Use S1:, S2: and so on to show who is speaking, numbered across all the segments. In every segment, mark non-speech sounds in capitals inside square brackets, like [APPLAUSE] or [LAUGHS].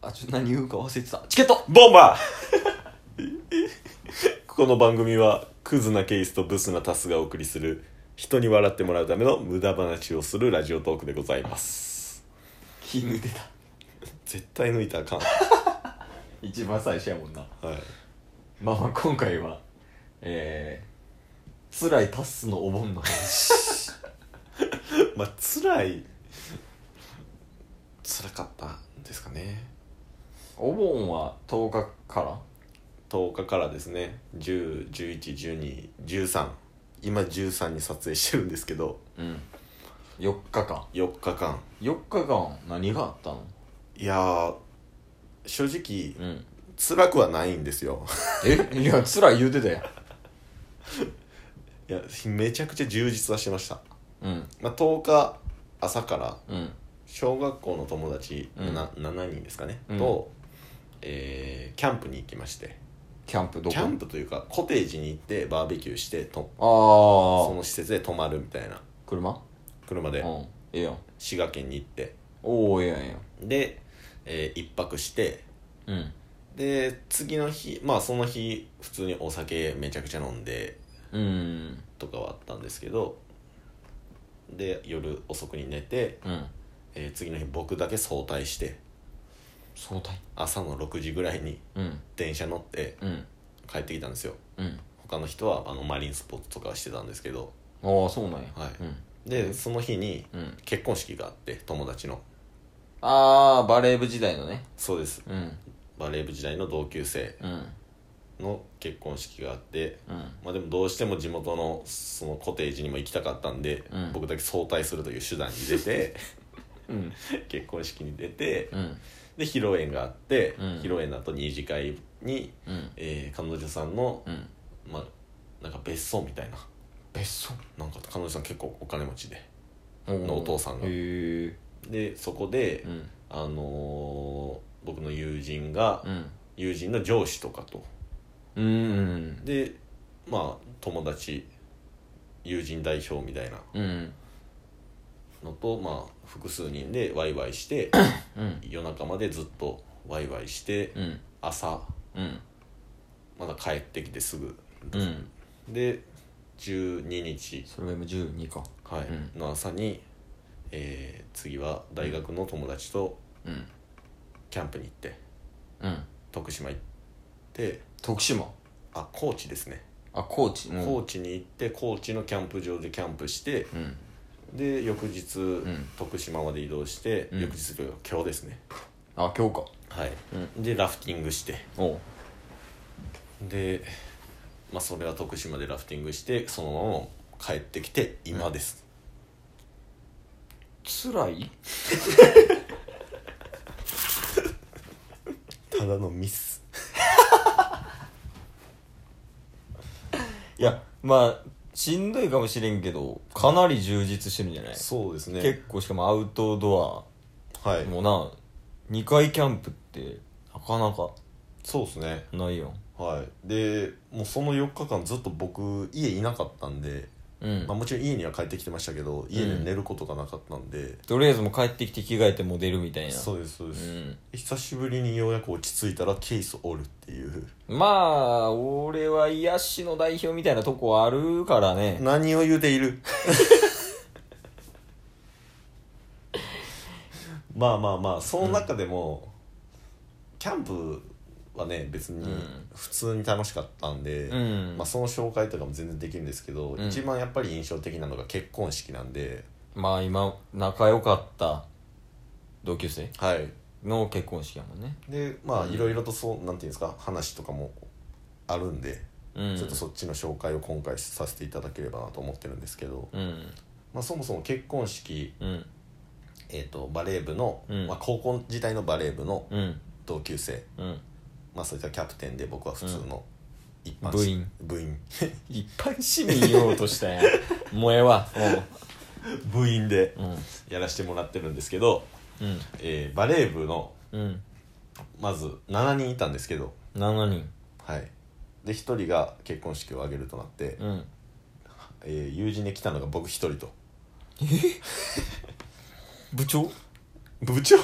S1: あちょっと何言うか忘れてたチケット
S2: ボンバー [LAUGHS] この番組はクズなケースとブスなタスがお送りする人に笑ってもらうための無駄話をするラジオトークでございます
S1: 気抜いてた
S2: 絶対抜いたらあかん、
S1: [LAUGHS] 一番最初やもんな
S2: はい、
S1: まあまあ今回はえー、辛いタッスのお盆の話
S2: まあ辛い辛かったんですかね
S1: お盆は10日から
S2: 10日からですね10111213今13に撮影してるんですけど
S1: うん4日間
S2: 4日間
S1: 4日間何があったの
S2: いやー正直
S1: うん
S2: 辛くはないんですよ
S1: えいや辛い言うてたやん
S2: いやめちゃくちゃ充実はしてました、
S1: うん
S2: まあ、10日朝から
S1: うん
S2: 小学校の友達、
S1: うん
S2: な7人ですかね、
S1: うん
S2: と、えーキャンプに行きまして
S1: キャンプどこ
S2: キャンプというかコテージに行ってバーベキューしてと
S1: あ
S2: そ
S1: あ
S2: の施設で泊まるみたいな
S1: 車
S2: 車
S1: う
S2: で
S1: んええやん
S2: 滋賀県に行って
S1: おおええやんえ
S2: で、え1泊して
S1: えやん
S2: で次の日まあその日普通にお酒めちゃくちゃ飲んで
S1: うんうん
S2: とかはあったんですけどで夜遅くに寝て、
S1: うん
S2: えー次の日僕だけ早退して
S1: 相対
S2: 朝の6時ぐらいに
S1: うん
S2: 電車乗って
S1: うん
S2: 帰ってきたんですよ
S1: うん
S2: 他の人はあのマリンスポーツとかはしてたんですけど
S1: ああそうなんや
S2: はい
S1: うん
S2: でその日に
S1: うん
S2: 結婚式があって友達の
S1: ああバレー部時代のね
S2: そうです
S1: うん
S2: バレー部時代の同級生
S1: うん
S2: の結婚式があって
S1: うん
S2: まあでもどうしても地元のそのコテージにも行きたかったんで、
S1: うん
S2: 僕だけ早退するという手段に
S1: [LAUGHS]
S2: 出て
S1: うん
S2: 結婚式に出て
S1: うん
S2: で披露宴があって、
S1: うん
S2: 披露宴の後二次会に、
S1: うん
S2: えー彼女さんの、
S1: うん
S2: まあなんか別荘みたいな
S1: 別荘
S2: なんか彼女さん結構お金持ちで
S1: の
S2: お父さんが
S1: へえ
S2: でそこで、
S1: うん
S2: あのー僕の友人が、
S1: うん
S2: 友人の上司とかと
S1: うん
S2: でまあ友達友人代表みたいな
S1: うんうん
S2: のとまあ複数人でワイワイして
S1: うん
S2: 夜中までずっとワイワイして
S1: うん
S2: 朝
S1: うん
S2: まだ帰ってきてすぐ
S1: うん
S2: で12日、
S1: それが今12か
S2: はい
S1: うん
S2: の朝に、えー次は大学の友達と
S1: うん
S2: キャンプに行って
S1: うん
S2: 徳島行って
S1: 徳島
S2: あ高知ですね、
S1: あ高知うん
S2: 高知に行って高知のキャンプ場でキャンプして
S1: うん
S2: で翌日、
S1: ん
S2: 徳島まで移動して、
S1: うん
S2: 翌日というか今日ですね
S1: あ今日か
S2: はい、でラフティングして
S1: おう
S2: でまあそれは徳島でラフティングしてそのまま帰ってきて今です、
S1: 辛い
S2: ただのミスいや
S1: まあしんどいかもしれんけどかなり充実してるんじゃない
S2: そうですね
S1: 結構しかもアウトド
S2: は
S1: ア
S2: い
S1: もな2回キャンプってなかなか
S2: そうですね
S1: ないよ
S2: はいでもうその4日間ずっと僕家いなかったんで、
S1: うん
S2: まあ、もちろん家には帰ってきてましたけど家で寝ることがなかったんで、
S1: とりあえずもう帰ってきて着替えてもう出るみたいな
S2: そうですそうです、
S1: うん
S2: 久しぶりにようやく落ち着いたらケースおるっていう
S1: まあ俺は癒しの代表みたいなとこあるからね
S2: 何を言うてい
S1: [LAUGHS]
S2: るまあまあまあその中でも、キャンプはね別に
S1: うん
S2: 普通に楽しかったんで、
S1: うん
S2: まあ、その紹介とかも全然できるんですけど、
S1: うん
S2: 一番やっぱり印象的なのが結婚式なんで
S1: まあ今仲良かった同級生
S2: はい
S1: の結婚式やもんね
S2: でまあ
S1: うん
S2: いろいろとそうなんていうんですか話とかもあるんで、
S1: うん
S2: ちょっとそっちの紹介を今回させていただければなと思ってるんですけど、
S1: うん
S2: まあ、そもそも結婚式
S1: うん
S2: えー、とバレー部の、
S1: うん
S2: まあ、高校時代のバレー部の
S1: うん
S2: 同級生、
S1: うん
S2: まあ、そういったキャプテンで僕は普通の一般
S1: 部員
S2: 部員 [LAUGHS]
S1: 一般市民言おうとしたやん [LAUGHS] もうええわ
S2: 部員で
S1: うん
S2: やらせてもらってるんですけど、
S1: うん
S2: えーバレー部の
S1: うん
S2: まず7人いたんですけど、
S1: 7人
S2: はい、で1人が結婚式を挙げるとなって、
S1: うん
S2: えー友人で来たのが僕1人と
S1: 部長
S2: 部長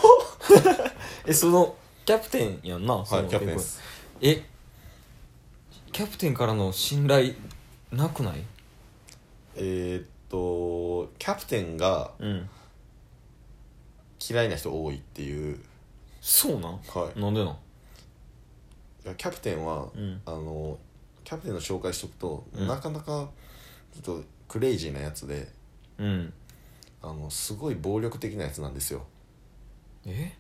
S1: えそのキャプテンやんな、その
S2: キャプテンです
S1: えキャプテンからの信頼なくない
S2: えーっとキャプテンが
S1: うん
S2: 嫌いな人多いっていう、
S1: そうなん
S2: は
S1: なんでなん
S2: いやキャプテンは、
S1: うん
S2: あのキャプテンの紹介しとくと、
S1: うん
S2: なかなかちょっとクレイジーなやつで
S1: うん
S2: あのすごい暴力的なやつなんですよ
S1: え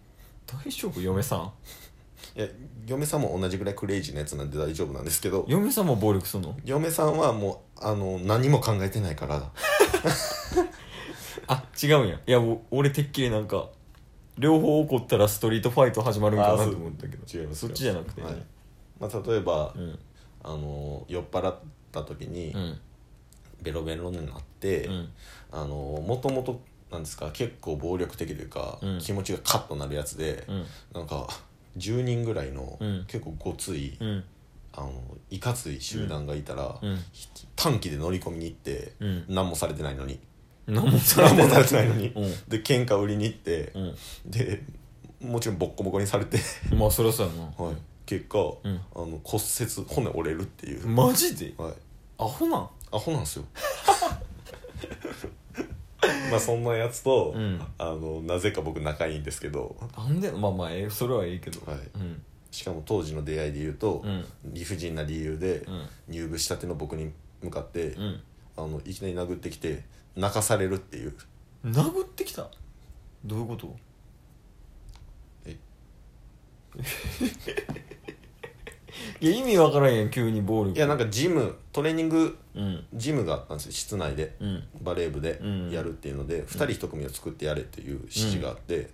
S1: 大丈夫嫁さん
S2: いや嫁さんも同じぐらいクレイジーなやつなんで大丈夫なんですけど
S1: 嫁さんも暴力すんの
S2: 嫁さんはもうあの何も考えてないから
S1: あ違うんやいやお俺てっきりなんか両方怒ったらストリートファイト始まるんかな
S2: あ
S1: と
S2: そう
S1: 思ったけど
S2: 違います
S1: そっちじゃなくて、
S2: はいまあ、例えば、
S1: うん
S2: あの酔っ払った時に、
S1: うん
S2: ベロベロになって、
S1: うん
S2: あのもともとなんですか結構暴力的というか、
S1: うん
S2: 気持ちがカッとなるやつで、
S1: うん
S2: なんか10人ぐらいの、
S1: うん
S2: 結構ごつい、
S1: うん
S2: あのいかつい集団がいたら、
S1: うん
S2: 短期で乗り込みに行って、
S1: うん
S2: 何もされてない
S1: [LAUGHS]
S2: のに
S1: 何もされ
S2: 何
S1: て
S2: も
S1: な
S2: さ
S1: い
S2: れてないのに、
S1: う
S2: [LAUGHS] で喧嘩売りに行って、
S1: うん
S2: でもちろんボッコボコにされて、
S1: まあそりゃそうやな、
S2: [LAUGHS] はい、結果、
S1: うん
S2: あの骨折骨折れるっていう、
S1: マジで
S2: はい、
S1: アホなん
S2: アホなんですよ [LAUGHS] まあそんなやつと、
S1: うん
S2: あのなぜか僕仲いいんですけど、
S1: なんでまあまあええそれはいいけど
S2: はい、
S1: うん
S2: しかも当時の出会いで言うと、
S1: うん
S2: 理不尽な理由で
S1: うん
S2: 入部したての僕に向かって、
S1: うん
S2: あのいきなり殴ってきて泣かされるっていう
S1: 殴ってきたどういうこと
S2: え
S1: [LAUGHS] いや意味わからんやん急に暴力
S2: いやなんかジムトレーニング
S1: うん
S2: ジムがあったんですよ室内で、
S1: うん
S2: バレー部で
S1: うん
S2: やるっていうので、二2人1組を作ってやれっていう指示があって、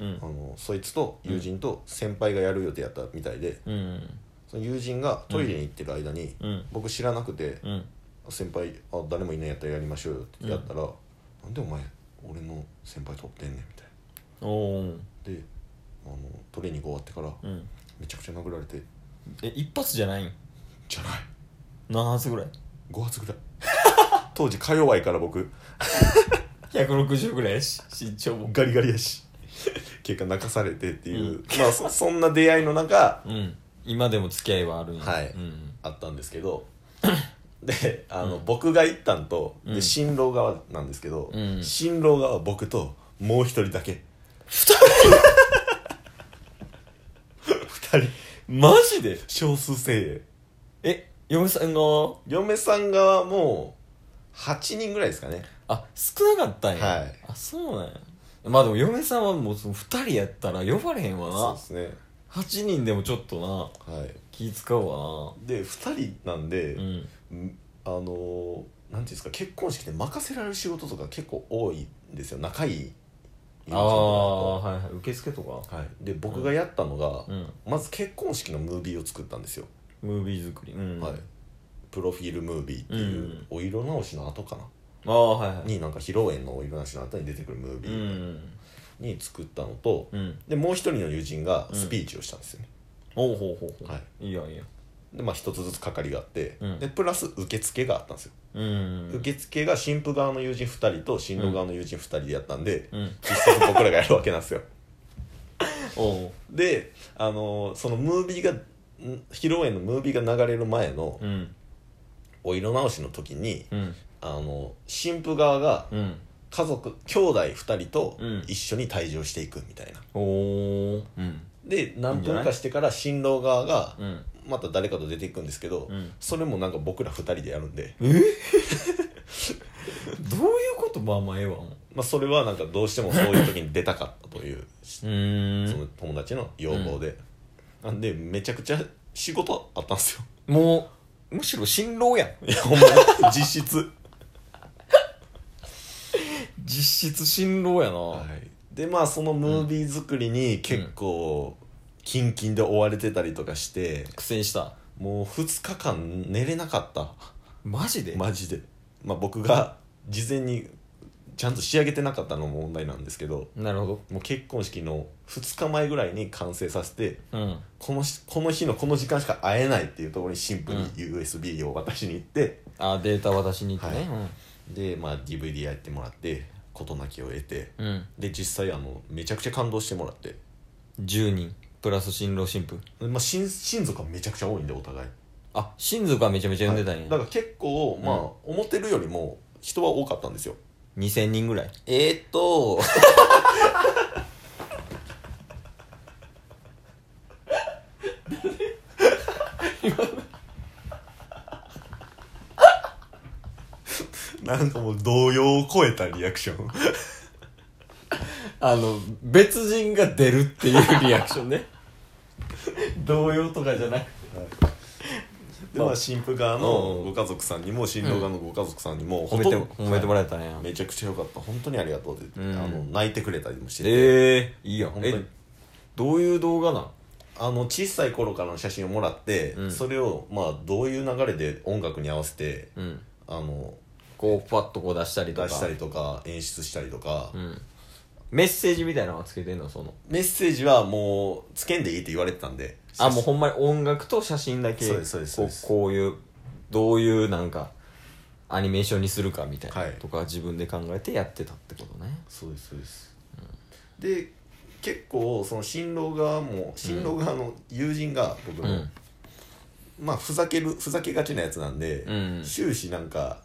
S1: うん
S2: あのそいつと友人と先輩がやる予定やったみたいで、
S1: うん
S2: その友人がトイレに行ってる間に、
S1: うん
S2: 僕知らなくて
S1: うん
S2: 「先輩あ誰もいないんやったらやりましょうよ」ってやったら「なんでお前俺の先輩取ってんねん」みたい
S1: おお
S2: なであのトレーニング終わってから
S1: うん
S2: めちゃくちゃ殴られて
S1: え一発じゃないん
S2: 「じゃない
S1: 何発ぐらい
S2: 5発ぐらい」 [LAUGHS] 当時か弱いから僕
S1: ?160 ぐらいやし身長も
S2: ガリガリやし結果泣かされてっていう、まあそそんな出会いの中
S1: うん今でも付き合いはあるんや
S2: はい
S1: うん
S2: あったんです
S1: [COUGHS]
S2: けどであの、僕が行ったんと
S1: う
S2: で
S1: ん
S2: 新郎側なんですけど、
S1: うん
S2: 新郎側は僕ともう一人だけ [LAUGHS] 二人二人
S1: マジで
S2: 少数精鋭
S1: え嫁さんの
S2: 嫁さん側も8人ぐらいですかね
S1: あ少なかったんや、
S2: はい
S1: あそうなんやまあでも嫁さんはもうその2人やったら呼ばれへん
S2: そう
S1: わ
S2: ですね
S1: な8人でもちょっとな
S2: はい
S1: 気使うわ
S2: で2人なんで、
S1: なうん
S2: んあのーなんていうんですか結婚式で任せられる仕事とか結構多いんですよ仲いい
S1: ああはいはい受付とか
S2: はい、で僕がやったのが、
S1: うん
S2: まず結婚式のムービーを作ったんですよ、
S1: ムービー作りうん
S2: はい、プロフィールムービーっていう、
S1: うん
S2: お色直しの後かな、
S1: ああはいはい
S2: になんか披露宴のお色直しの後に出てくるムービ
S1: う
S2: ー
S1: ん
S2: に作ったのと、
S1: うん
S2: でもう一人の友人がスピーチをしたんですよね、
S1: おうほうほうほう、
S2: はい
S1: い、いやんいいやん
S2: でまあ一つずつ係があって、
S1: うん
S2: でプラス受付があったんですよ、
S1: うん
S2: 受付が新婦側の友人2人と新郎側の友人2人でやったんで、
S1: うん
S2: 実際に僕らがやるわけなんですよ
S1: おう
S2: であのーそのムービーがん披露宴のムービーが流れる前の
S1: うん
S2: お色直しの時に、
S1: うん
S2: あの新婦側が
S1: うん
S2: 家族兄弟2人と
S1: うん
S2: 一緒に退場していくみたいな、
S1: おおうん
S2: で
S1: いい
S2: 何
S1: んじゃない
S2: 分かしてから新郎側が
S1: うん
S2: また誰かと出ていくんですけど、
S1: うん
S2: それもなんか僕ら2人でやるんで、
S1: どういうことまあまあええわも
S2: まあ、それはなんかどうしてもそういう時に出たかったという
S1: うーん
S2: その友達の要望で、なんでめちゃくちゃ仕事あったんですよ
S1: もうむしろ新郎やん
S2: いやほん [LAUGHS] まに実質、
S1: 実質新郎やな、
S2: でまあそのムービー作りに結構キンキンで追われてたりとかして、
S1: 苦戦した
S2: もう2日間寝れなかった
S1: マジで、
S2: マジでまあ僕が事前にちゃんと仕上げてなかったのも問題なんですけど
S1: なるほ
S2: もう結婚式の2日前ぐらいに完成させて
S1: どうん
S2: このしこの日のこの時間しか会えないっていうところに新婦に USB を渡しに行って、
S1: あデータ渡しに行ってね、
S2: で、まあ、DVD やってもらって事なきを得て
S1: うん、うん、
S2: で実際あのめちゃくちゃ感動してもらって
S1: 10人プラス新郎新婦
S2: まあ、親親族はめちゃくちゃ多いんでお互い
S1: あ親族はめちゃめちゃ呼んでたんや、
S2: はいだから結構まあ、思ってるよりも人は多かったんですよ
S1: 2000人ぐらい
S2: えー、っとなんかもう動揺を超えたリアクション
S1: [LAUGHS] あの別人が出るっていうリアクションね [LAUGHS] 動揺とかじゃなくて
S2: でまあ新婦側の
S1: うん
S2: ご家族さんにも新郎側のご家族さんにも
S1: 褒めて
S2: ほとんど
S1: 褒めてもらえたんや、
S2: めちゃくちゃ良かった本当にありがとうって言っ
S1: う
S2: て、
S1: ん
S2: あの泣いてくれたりもしてて、
S1: ええいいやん
S2: 本当に
S1: えどういう動画なん
S2: あの小さい頃からの写真をもらって、
S1: うん
S2: それをまあどういう流れで音楽に合わせて
S1: うん
S2: あの
S1: こうパッとこう出したりとか
S2: 出したりとか演出したりとか、
S1: うんメッセージみたいなのはつけてんのその
S2: メッセージはもうつけんでいいって言われてたんで
S1: あもうほんまに音楽と写真だけ
S2: そうですそうですそう
S1: こ
S2: です
S1: こういうどういうなんかアニメーションにするかみたいな、
S2: はい
S1: とか自分で考えてやってたってことね
S2: そうですそうです、で結構その新郎側も新郎側の友人が僕
S1: う
S2: の、
S1: ん
S2: まあふざけるふざけがちなやつなんで、
S1: うん
S2: 終始なんか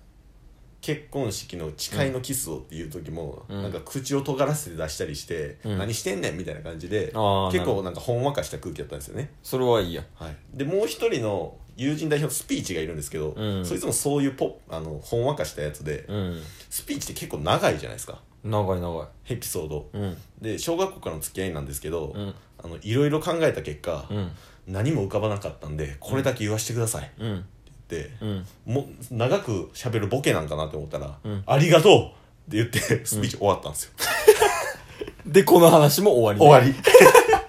S2: 結婚式の誓いのキスをっていう時も、
S1: うん
S2: なんか口を尖らせて出したりして、
S1: うん
S2: 何してんねんみたいな感じで、
S1: あー
S2: 結
S1: なるほ
S2: 構なんかほんわかした空気だったんですよね、
S1: それはいいや
S2: でもう一人の友人代表のスピーチがいるんですけど、
S1: うん
S2: そいつもそういうポッあのほんわかしたやつで、
S1: うん
S2: スピーチって結構長いじゃないですか
S1: 長い長い
S2: エピソード、
S1: うん
S2: で小学校からの付き合いなんですけど、
S1: うん
S2: あのいろいろ考えた結果、
S1: うん
S2: 何も浮かばなかったんでこれだけ言わせてくださいっ
S1: うん
S2: て、
S1: うん
S2: も長く喋るボケなんかなって思ったら「
S1: うん
S2: ありがとう!」って言ってスピーチ終わったんですよ、
S1: でこの話も終わり
S2: 終わり